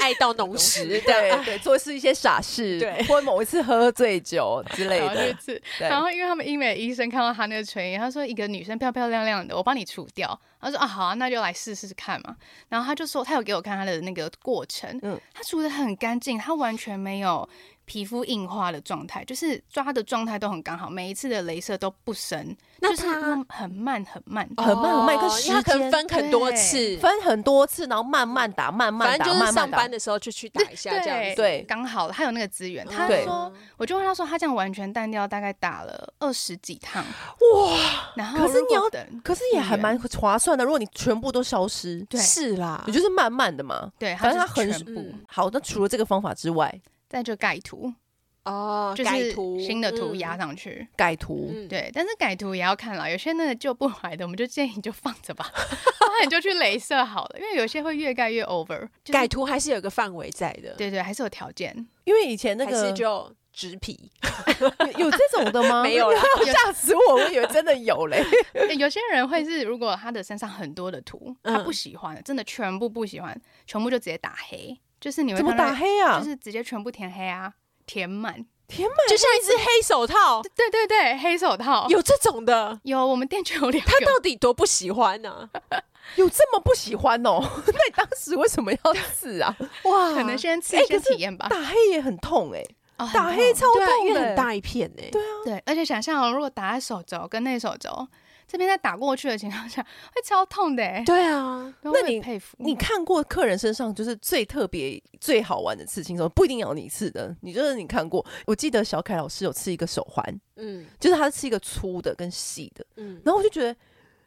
Speaker 2: 爱到浓时，
Speaker 4: 啊
Speaker 3: 对对做是一些傻事，
Speaker 2: 对
Speaker 3: 或某一次喝醉酒之类
Speaker 4: 然后就
Speaker 3: 的，
Speaker 4: 是，
Speaker 3: 对
Speaker 4: 然后因为他们医美医生看到他那个唇印，他说一个女生漂漂亮亮的，我帮你除掉。他说啊好啊，那就来试试看嘛。然后他就说他有给我看他的那个过程，
Speaker 3: 嗯
Speaker 4: 他除的很干净，他完全没有皮肤硬化的状态，就是抓的状态都很刚好，每一次的镭射都不深，
Speaker 2: 那
Speaker 4: 就是
Speaker 2: 他
Speaker 4: 用很慢很慢。
Speaker 3: 很慢很慢
Speaker 2: 哦
Speaker 3: 跟时
Speaker 2: 因为他可能
Speaker 3: 间
Speaker 2: 分很多次，
Speaker 3: 分很多次，然后慢慢打，慢慢
Speaker 2: 反
Speaker 3: 打，
Speaker 2: 正就是
Speaker 3: 慢
Speaker 2: 上
Speaker 3: 慢打
Speaker 2: 班。的时候就去打一下这样子。
Speaker 3: 对
Speaker 4: 刚好他有那个资源。他
Speaker 3: 对
Speaker 4: 说，我就问他说，他这样完全淡掉，大概打了二十几趟，哇！然后
Speaker 3: 可是
Speaker 4: 如
Speaker 3: 你
Speaker 4: 果
Speaker 3: 要
Speaker 4: 等，
Speaker 3: 可是也还蛮划算的，如果你全部都消失，
Speaker 4: 对
Speaker 2: 是啦
Speaker 3: 你，就是慢慢的嘛。
Speaker 4: 对，
Speaker 3: 反正它
Speaker 4: 他
Speaker 3: 很
Speaker 4: 全部，
Speaker 2: 嗯
Speaker 3: 好，那除了这个方法之外，
Speaker 4: 再就盖图，
Speaker 2: 哦，
Speaker 4: 就
Speaker 2: 改
Speaker 4: 是
Speaker 2: 图
Speaker 4: 新的图
Speaker 2: 嗯
Speaker 4: 压上去。
Speaker 3: 改图
Speaker 2: 嗯
Speaker 4: 对，但是改图也要看啦，有些那个救不来的，我们就建议你就放着吧， 不然你就去镭射好了，因为有些会越盖越 over、就是。
Speaker 2: 改图还是有个范围在的，
Speaker 4: 对对，还是有条件。
Speaker 3: 因为以前那
Speaker 2: 还是
Speaker 3: 个
Speaker 2: 就植皮，
Speaker 3: 有有这种的吗？
Speaker 2: 没 有啦
Speaker 3: 吓死我！我以为真的有嘞。
Speaker 4: 有些人会是，如果他的身上很多的图，
Speaker 2: 嗯
Speaker 4: 他不喜欢的，真的全部不喜欢，全部就直接打黑，就是你会
Speaker 3: 怎么
Speaker 4: 看到
Speaker 3: 打黑啊？
Speaker 4: 就是直接全部填黑啊，填满。
Speaker 3: 填满
Speaker 2: 就像一只黑手
Speaker 3: 哦
Speaker 2: 套，
Speaker 4: 对对对，黑手套
Speaker 2: 有这种的，
Speaker 4: 有，我们店就有两
Speaker 2: 他
Speaker 4: 个。
Speaker 2: 到底多不喜欢啊呢？
Speaker 3: 有这么不喜欢哦？ 那你当时为什么 要刺啊？
Speaker 2: 哇
Speaker 4: 可能先吃
Speaker 3: 哎
Speaker 4: 先
Speaker 3: 可是
Speaker 4: 体验吧。
Speaker 3: 打黑也很痛哎，
Speaker 4: 哦很
Speaker 3: 打
Speaker 4: 痛
Speaker 3: 黑超
Speaker 2: 啊对啊，
Speaker 3: 痛
Speaker 2: 因为
Speaker 3: 的
Speaker 2: 很
Speaker 3: 欸，
Speaker 2: 大一片呢。对啊，
Speaker 4: 对，而且想象哦，如果打在手肘跟内手肘这边再打过去的情况下，会超痛的欸。
Speaker 2: 对啊，
Speaker 4: 那
Speaker 3: 那你
Speaker 4: 佩服
Speaker 3: 你看过客人身上就是最特别、最好玩的刺青什么？不一定要你刺的，你就是你看过。我记得小凯老师有刺一个手环，
Speaker 2: 嗯
Speaker 3: 就是他刺一个粗的跟细的，
Speaker 2: 嗯，
Speaker 3: 然后我就觉得，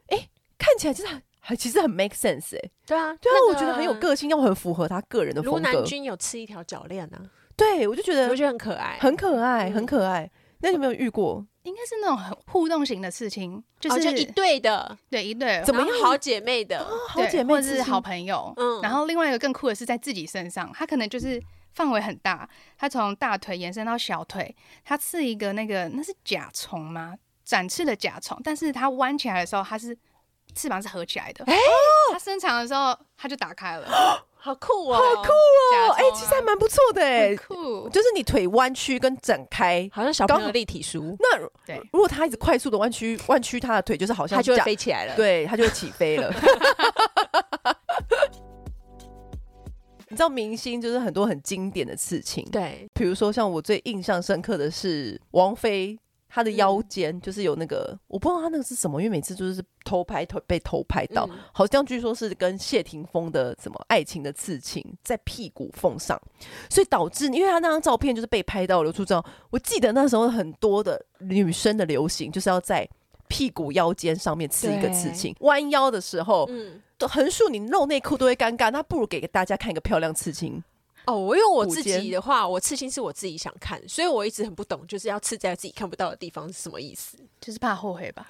Speaker 3: 哎、看起来真的很很其实很 make sense 哎、
Speaker 2: 对啊，
Speaker 3: 对啊，
Speaker 2: 那
Speaker 3: 我觉得很有
Speaker 2: 个
Speaker 3: 个性，要很符合他个人的
Speaker 2: 卢
Speaker 3: 风
Speaker 2: 南
Speaker 3: 格。
Speaker 2: 君有吃一条脚链呢，
Speaker 3: 对，我就觉
Speaker 2: 我
Speaker 3: 得
Speaker 2: 觉得很可爱，
Speaker 3: 很可爱，
Speaker 2: 嗯
Speaker 3: 很可爱。那你有没有遇过？
Speaker 4: 应该是那种很互动型的事情，就
Speaker 2: 哦
Speaker 4: 是
Speaker 2: 一对的，
Speaker 4: 对一对，
Speaker 3: 怎么
Speaker 2: 然后
Speaker 3: 样哦
Speaker 2: 好姐妹的，
Speaker 3: 好
Speaker 4: 对
Speaker 3: 姐妹
Speaker 4: 或者
Speaker 3: 刺
Speaker 4: 是
Speaker 3: 青
Speaker 4: 好朋友，
Speaker 2: 嗯
Speaker 4: 然后另外一个更酷的是在自己身上，他可能就是范围很大，他从大腿延伸到小腿，他刺一个那个那是甲虫吗？展翅的甲虫，但是它弯起来的时候，它是翅膀是合起来的，它伸长的时候它就打开了，
Speaker 2: 好酷哦，好酷，
Speaker 4: 甲
Speaker 3: 哦，
Speaker 4: 虫
Speaker 3: 哎、其实还蛮不错的
Speaker 4: 啊
Speaker 3: 哎、
Speaker 4: 很酷，
Speaker 3: 就是你腿弯曲跟展开。
Speaker 2: 好像小朋
Speaker 3: 刚
Speaker 2: 友
Speaker 3: 好
Speaker 2: 立体书，
Speaker 3: 那
Speaker 4: 对
Speaker 3: 如果他一直快速的弯曲弯曲他的腿，就是好像
Speaker 2: 它就会
Speaker 3: 架
Speaker 2: 飞起来了。
Speaker 3: 对，它就会起飞了。你知道明星就是很多很经典的刺青，
Speaker 2: 对，
Speaker 3: 比如说像我最印象深刻的是王菲，她的腰间就是有那个，我不知道她那个是什么，因为每次就是偷拍偷被偷拍到，
Speaker 2: 嗯
Speaker 3: 好像据说是跟谢霆锋的什么爱情的刺青在屁股缝上，所以导致因为她那张照片就是被拍到流出照，我记得那时候很多的女生的流行就是要在。屁股腰间上面刺一个刺青，弯腰的时候，
Speaker 2: 嗯，
Speaker 3: 都横竖你露内裤都会尴尬，那不如给大家看一个漂亮刺青。
Speaker 2: 哦，我因为我自
Speaker 3: 骨尖
Speaker 2: 己的话，我刺青是我自己想看，所以我一直很不懂，就是要刺在自己看不到的地方是什么意思？
Speaker 4: 就是怕后悔吧。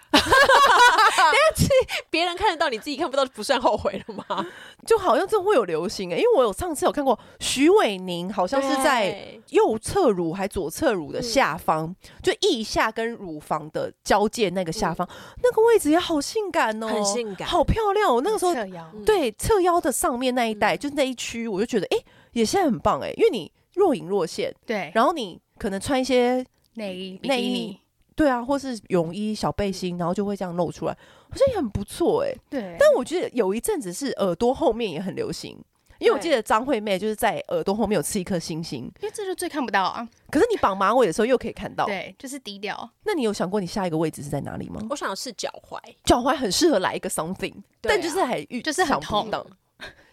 Speaker 2: 别人看得到，你自己看不到，不算后悔了吗？
Speaker 3: 就好像真的会有流行哎、欸，因为我有上次有看过徐伟宁，好像是在
Speaker 2: 对
Speaker 3: 右侧乳还左侧乳
Speaker 2: 嗯
Speaker 3: 的下方，就腋下跟乳房的交界那个下方，那个位置也好性感哦、
Speaker 2: 嗯很性感
Speaker 3: 好漂亮哦、那个时候
Speaker 4: 侧腰，
Speaker 2: 嗯
Speaker 3: 对侧腰的上面那一带，
Speaker 2: 嗯
Speaker 3: 就是那一区，我就觉得哎、欸也现在很棒哎、因为你若隐若现，
Speaker 4: 对，
Speaker 3: 然后你可能穿一些
Speaker 4: 内衣、比
Speaker 3: 内
Speaker 4: 基
Speaker 3: 衣
Speaker 4: 尼，
Speaker 3: 对啊，或是泳衣、小背
Speaker 2: 嗯
Speaker 3: 心，然后就会这样露出来，好像也很不错哎、
Speaker 4: 对，
Speaker 3: 但我觉得有一阵子是耳朵后面也很流行，因为我记得张惠妹就是在耳朵后面有刺一颗星星，
Speaker 4: 因为这就最看不到啊。
Speaker 3: 可是你绑马尾的时候又可以看到。
Speaker 4: 对，就是低调。
Speaker 3: 那你有想过你下一个位置是在哪里吗？
Speaker 2: 我想是脚踝，
Speaker 3: 脚踝很适合来一个 something，
Speaker 2: 对啊
Speaker 3: 但就是还遇
Speaker 4: 就是很
Speaker 3: 想不
Speaker 4: 痛
Speaker 3: 到
Speaker 2: 哦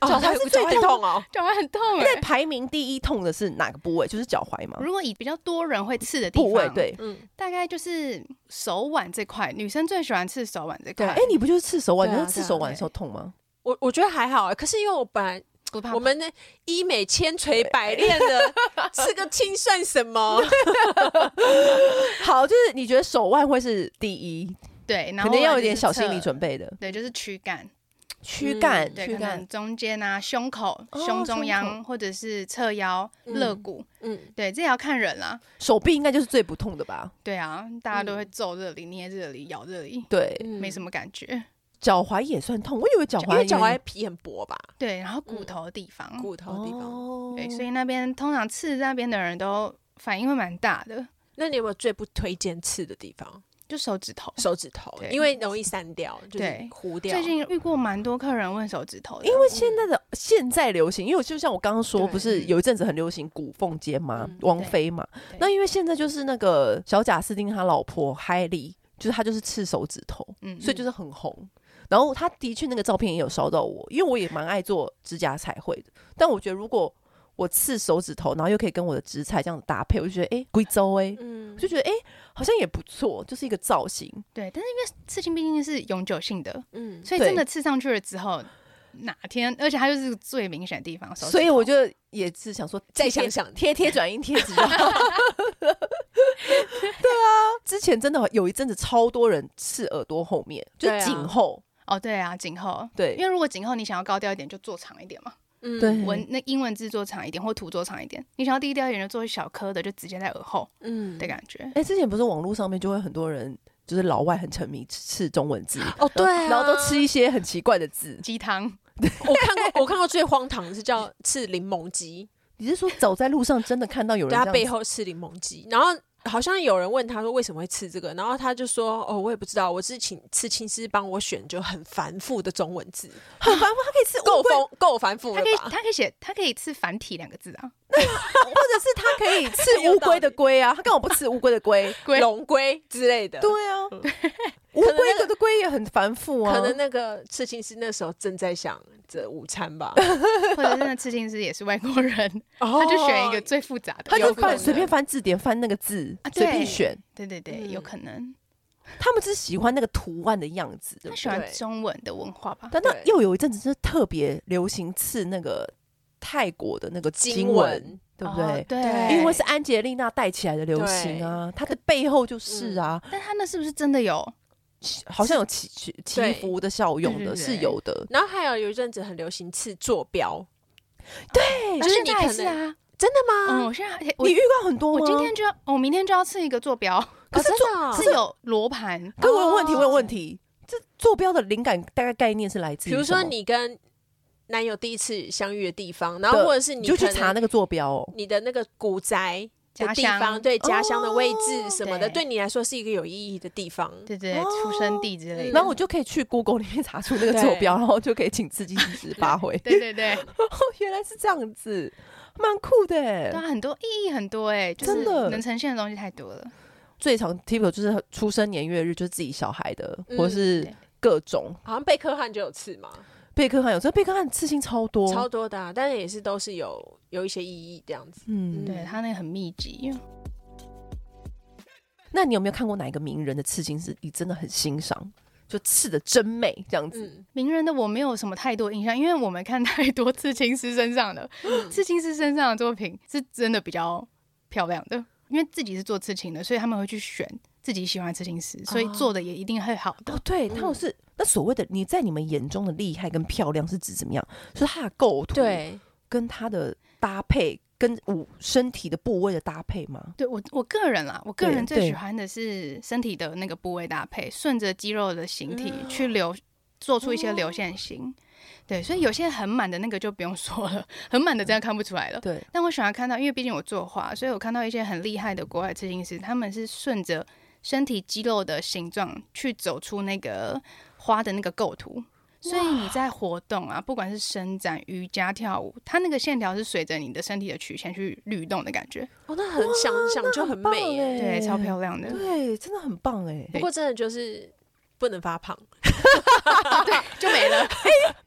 Speaker 3: 脚踝
Speaker 2: 那
Speaker 3: 是
Speaker 2: 个
Speaker 3: 最
Speaker 2: 脚踝
Speaker 3: 痛
Speaker 2: 痛哦。
Speaker 4: 脚踝很痛哎、
Speaker 3: 那排名第一痛的是哪个部位？就是脚踝吗？
Speaker 4: 如果以比较多人会刺的地方，
Speaker 3: 部位，对。
Speaker 2: 嗯，
Speaker 4: 大概就是手腕这块，女生最喜欢刺手腕这块。
Speaker 3: 哎、你不就是刺手腕？
Speaker 2: 对
Speaker 3: 你
Speaker 2: 啊
Speaker 3: 是刺手腕的时候痛吗？
Speaker 2: 我我觉得还好、欸，可是因为我本来
Speaker 4: 不怕
Speaker 2: 我们那医美千锤百炼的， 吃个青算什 么？
Speaker 3: 好，就是你觉得手腕会是第一，
Speaker 4: 对，然
Speaker 3: 可
Speaker 4: 后
Speaker 3: 能要有
Speaker 4: 我就是
Speaker 3: 点小心理
Speaker 4: 侧
Speaker 3: 准备的。
Speaker 4: 对，就是躯干，
Speaker 3: 躯干，
Speaker 4: 对，
Speaker 3: 躯
Speaker 4: 可
Speaker 3: 干
Speaker 4: 能中间啊、胸口、
Speaker 3: 哦
Speaker 4: 胸中
Speaker 3: 胸
Speaker 4: 央，或者是侧腰、肋骨，
Speaker 2: 嗯，
Speaker 4: 对，这也要看人啦。
Speaker 3: 手臂应该就是最不痛的吧？
Speaker 4: 对啊，
Speaker 3: 嗯
Speaker 4: 大家都会皱这里、捏这里、咬这里，
Speaker 3: 对，
Speaker 4: 没什
Speaker 2: 么，
Speaker 4: 么感觉。
Speaker 3: 脚踝也算痛，我以为脚
Speaker 2: 因
Speaker 3: 踝
Speaker 2: 为嗯脚踝皮很薄吧，
Speaker 4: 对，然后骨
Speaker 2: 嗯
Speaker 4: 头的地方，
Speaker 2: 骨头的地方。
Speaker 3: 哦
Speaker 4: 对，所以那边通常刺那边的人都反应会蛮大的，
Speaker 2: 那你有没有最不推荐刺的地 方？
Speaker 4: 就手指头。
Speaker 2: 手指头，
Speaker 4: 对
Speaker 2: 因为容易散掉，就是
Speaker 4: 对
Speaker 2: 糊掉。
Speaker 4: 最近遇过蛮多客人问手指头的，
Speaker 3: 因为现在的、现在流行，因为我就像我刚刚说，
Speaker 4: 嗯对
Speaker 3: 不是有一阵子很流行骨缝肩嘛，
Speaker 2: 嗯
Speaker 3: 王菲嘛
Speaker 4: 对。
Speaker 3: 那因为现在就是那个小贾斯汀他老婆海莉，就是她就是刺手指头，
Speaker 4: 嗯
Speaker 3: 所以就是很红。然后她的确那个照片也有烧到我，因为我也蛮爱做指甲彩绘的。但我觉得如果我刺手指头，然后又可以跟我的指彩这样搭配，我就觉得哎，贵州哎，
Speaker 2: 嗯
Speaker 3: 我就觉得哎、好像也不错，就是一个造型。
Speaker 4: 对，但是因为刺青毕竟是永久性的，
Speaker 2: 嗯，
Speaker 4: 所以
Speaker 3: 对
Speaker 4: 真的刺上去了之后，哪天，而且它就是最明显的地哦方，手指
Speaker 3: 所以我
Speaker 4: 头
Speaker 3: 就也是想说，
Speaker 2: 再想想
Speaker 3: 贴贴转印贴纸。 对啊，之前真的有一阵子超多人刺耳朵后面，就是
Speaker 2: 对啊
Speaker 3: 颈后，
Speaker 4: 哦，对啊，颈后，
Speaker 3: 对
Speaker 4: 因为如果颈后你想要高调一点，就做长一点嘛，
Speaker 2: 嗯
Speaker 3: 对
Speaker 4: 文那英文字做长一点，或图做长一点。你想要低调一点，就做小颗的，就直接在耳后
Speaker 2: 嗯
Speaker 4: 的感觉。
Speaker 3: 哎、之前不是网络上面就会很多人，就是老外很沉迷刺中文字，
Speaker 2: 哦，对啊，
Speaker 3: 然后都吃一些很奇怪的字。
Speaker 4: 鸡汤，
Speaker 2: 我看过，我看过最荒唐的是 叫刺柠檬鸡，
Speaker 3: 你是说走在路上真的看到有人
Speaker 2: 对
Speaker 3: 这
Speaker 2: 他
Speaker 3: 样
Speaker 2: 背
Speaker 3: 子
Speaker 2: 后刺柠檬鸡，然后好像有人问他说为什么会刺这个，然后他就说哦，我也不知道，我是请刺青师帮我选，就很繁复的中文字，
Speaker 3: 很繁复，他可以刺
Speaker 2: 够
Speaker 3: 乌龟，
Speaker 2: 丰够繁复
Speaker 4: 它
Speaker 2: 了
Speaker 4: 可以
Speaker 2: 吧？
Speaker 4: 它可以写，它可以刺繁体两个字啊，
Speaker 3: 或者是他可以刺乌龟的龟啊，他干嘛不刺乌龟的龟？
Speaker 4: 龟
Speaker 2: 龙龟之类的，
Speaker 3: 对啊，乌龟的龟也很繁复啊，
Speaker 2: 可能那个刺青师那时候正在想着午 餐吧，
Speaker 4: 或者真的刺青师也是外国人，
Speaker 2: 他
Speaker 4: 他就选
Speaker 2: 哦
Speaker 4: 一个最复杂的，
Speaker 3: 哦他就
Speaker 4: 有可
Speaker 3: 翻
Speaker 4: 能
Speaker 3: 随便，嗯翻字典，翻那个字
Speaker 4: 啊，
Speaker 3: 随、
Speaker 4: 对
Speaker 3: 便选。
Speaker 4: 对对对，有可能
Speaker 3: 他们只喜欢那个图案的样子，对
Speaker 4: 他
Speaker 3: 不对
Speaker 4: 喜欢
Speaker 2: 对
Speaker 4: 中文的文化吧？
Speaker 3: 但那
Speaker 2: 对
Speaker 3: 又有一阵子是特别流行刺那个泰国的那个经
Speaker 2: 经文
Speaker 3: 对不对？
Speaker 4: 哦对，
Speaker 3: 因为是安吉丽娜带起来的流行啊，它的背后就是啊，
Speaker 4: 但他那是不是真的有？
Speaker 3: 好像有祈祈祈
Speaker 2: 对
Speaker 3: 福的效用的，
Speaker 4: 对对对
Speaker 3: 是有的。
Speaker 2: 然后还有有一阵子很流行刺坐标，
Speaker 3: 对，
Speaker 2: 就是
Speaker 4: 现
Speaker 2: 你
Speaker 4: 在还
Speaker 2: 可
Speaker 4: 是
Speaker 2: 能
Speaker 4: 啊，
Speaker 2: 真的
Speaker 4: 嗯，
Speaker 2: 吗？
Speaker 4: 我现在还我
Speaker 3: 你遇到很多
Speaker 4: 我
Speaker 3: 吗？
Speaker 4: 今天就啊要，我明天就要刺一个坐标，
Speaker 3: 可是
Speaker 2: 哦
Speaker 3: 坐，
Speaker 2: 真的啊
Speaker 4: 是有罗盘，
Speaker 3: 可我有问题，
Speaker 2: 哦
Speaker 3: 我有问题。这坐标的灵感大概概念是来自于
Speaker 2: 比如
Speaker 3: 什么
Speaker 2: 说你跟男友第一次相遇的地方，然后
Speaker 3: 的
Speaker 2: 或者是
Speaker 3: 你
Speaker 2: 你
Speaker 3: 就去
Speaker 2: 可能
Speaker 3: 查那个坐标哦。
Speaker 2: 你的那个古宅的
Speaker 4: 家
Speaker 2: 地
Speaker 4: 乡
Speaker 2: 方，对家乡的位置
Speaker 3: 哦
Speaker 2: 什么的，
Speaker 4: 对
Speaker 2: 对你来说是一个有意义的地方。
Speaker 4: 对对，
Speaker 3: 哦
Speaker 4: 出生地之类
Speaker 2: 嗯
Speaker 4: 的。
Speaker 3: 然后我就可以去 Google 里面查出那个坐标，然后就可以请刺激师发挥。
Speaker 4: 对对对，
Speaker 3: 哦，原来是这样子，蛮酷的
Speaker 4: 对
Speaker 3: 欸。
Speaker 4: 啊，很多意义很多哎，就
Speaker 3: 真
Speaker 4: 是
Speaker 3: 的嗯
Speaker 4: 能呈现的东西太多了。
Speaker 3: 最常 typical 就是出生年月日，就是自己小孩的，
Speaker 2: 嗯
Speaker 3: 或是
Speaker 4: 对
Speaker 3: 各种
Speaker 2: 好像贝克汉就有刺嘛，
Speaker 3: 贝克汉，有时候贝克汉刺青超多，
Speaker 2: 超多的、啊，但是也是都是有有一些意义这样子。
Speaker 3: 嗯。
Speaker 4: 对他那个很密集，
Speaker 3: 那你有没有看过哪一个名人的刺青是你真的很欣赏，就刺的真美这样子？
Speaker 2: 嗯，
Speaker 4: 名人的我没有什么太多印象，因为我们看太多刺青师身上的，
Speaker 3: 嗯
Speaker 4: 刺青师身上的作品是真的比较漂亮的，因为自己是做刺青的，所以他们会去选自己喜欢的刺青师，所以
Speaker 3: 哦
Speaker 4: 做的也一定会好的
Speaker 3: 哦，。对，他
Speaker 4: 嗯
Speaker 3: 有是、那所谓的你在你们眼中的厉害跟漂亮是指怎么样？就是他的构图，，
Speaker 2: 对，
Speaker 3: 跟他的搭配，跟舞身体的部位的搭配吗？
Speaker 4: 对我我个人啦，我个
Speaker 3: 对
Speaker 4: 人最
Speaker 3: 对
Speaker 4: 喜欢的是身体的那个部位搭配，顺着肌肉的形体
Speaker 3: 嗯
Speaker 4: 去流，做出一
Speaker 3: 哦
Speaker 4: 些流线型。对，所以有些很满的那个就不用说了，很满的真的看不出来
Speaker 2: 呃
Speaker 4: 了。
Speaker 3: 对，
Speaker 4: 但我喜欢看到，因为毕竟我作画，所以我看到一些很厉害的国外刺青师，他们是顺着身体肌肉的形状去走出那个花的那个构图，所以你在活动啊，不管是伸展、瑜伽、跳舞，它那个线条是随着你的身体的曲线去律动的感觉，
Speaker 2: 哦，那很想想就很美耶。
Speaker 3: 欸
Speaker 4: 对，超漂亮 的。
Speaker 3: 对，真的很棒哎！
Speaker 2: 不过真的就是不能发胖。
Speaker 4: 对，就没了。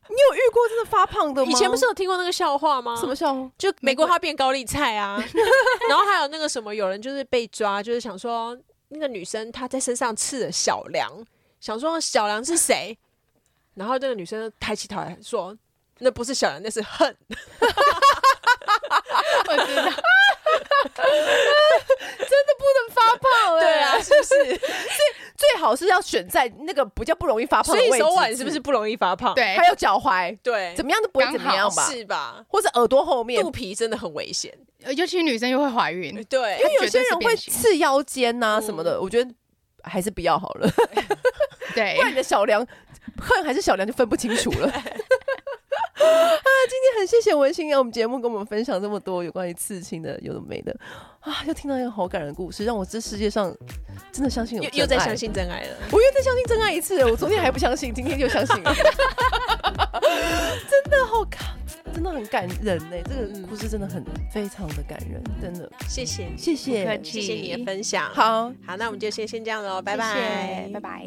Speaker 3: 你有遇过真的发胖的吗？
Speaker 2: 以前不是有听过那个笑话吗？
Speaker 3: 什么笑话？
Speaker 2: 就美国花变高丽菜啊，然后还有那个什么，有人就是被抓，就是想说那个女生她在身上刺了小梁，想说小梁是谁， 然后这个女生就抬起头来说。那不是小梁，那是恨。
Speaker 4: 我知道，
Speaker 3: 发胖哎、
Speaker 2: 对 啊，是不是？
Speaker 3: 最好是要选在那个比较不容易发胖
Speaker 2: 所
Speaker 3: 的位
Speaker 2: 以
Speaker 3: 置，
Speaker 2: 手腕是不是不容易发胖？
Speaker 4: 对
Speaker 3: 还有脚踝，
Speaker 2: 对，
Speaker 3: 怎么样都不会怎么样吧？
Speaker 2: 是吧？
Speaker 3: 或者耳朵后面
Speaker 2: 肚，皮真的很危险。
Speaker 4: 尤其女生又会怀孕，
Speaker 2: 对
Speaker 3: 因，为有
Speaker 4: 绝
Speaker 3: 些
Speaker 4: 对是
Speaker 3: 人会
Speaker 4: 变形
Speaker 3: 刺腰间呐、什么
Speaker 2: 嗯
Speaker 3: 的，我觉得还是不要好了。
Speaker 4: 对
Speaker 3: 不，然你的小梁恨还是小梁就分不清楚了。 啊，今天很谢谢文心来我们节目跟我们分享这么多有关于刺青的有的没的啊，又听到一个好感人的故事，让我这世界上真的相信有
Speaker 2: 又
Speaker 3: 真
Speaker 2: 又在
Speaker 3: 爱
Speaker 2: 相，信真爱了。
Speaker 3: 我又再相信真爱一次了。我昨天还不相信，今天就相信了，真的好感，真的很感人呢、这个故事真的很非常的感人，真的
Speaker 2: 谢谢你，
Speaker 3: 谢
Speaker 4: 不客
Speaker 3: 谢。
Speaker 4: 气
Speaker 2: 谢谢你的分享。，
Speaker 3: 好，
Speaker 2: 好，那我们就先先这样喽，拜
Speaker 4: 拜
Speaker 2: 拜，
Speaker 4: 拜。拜。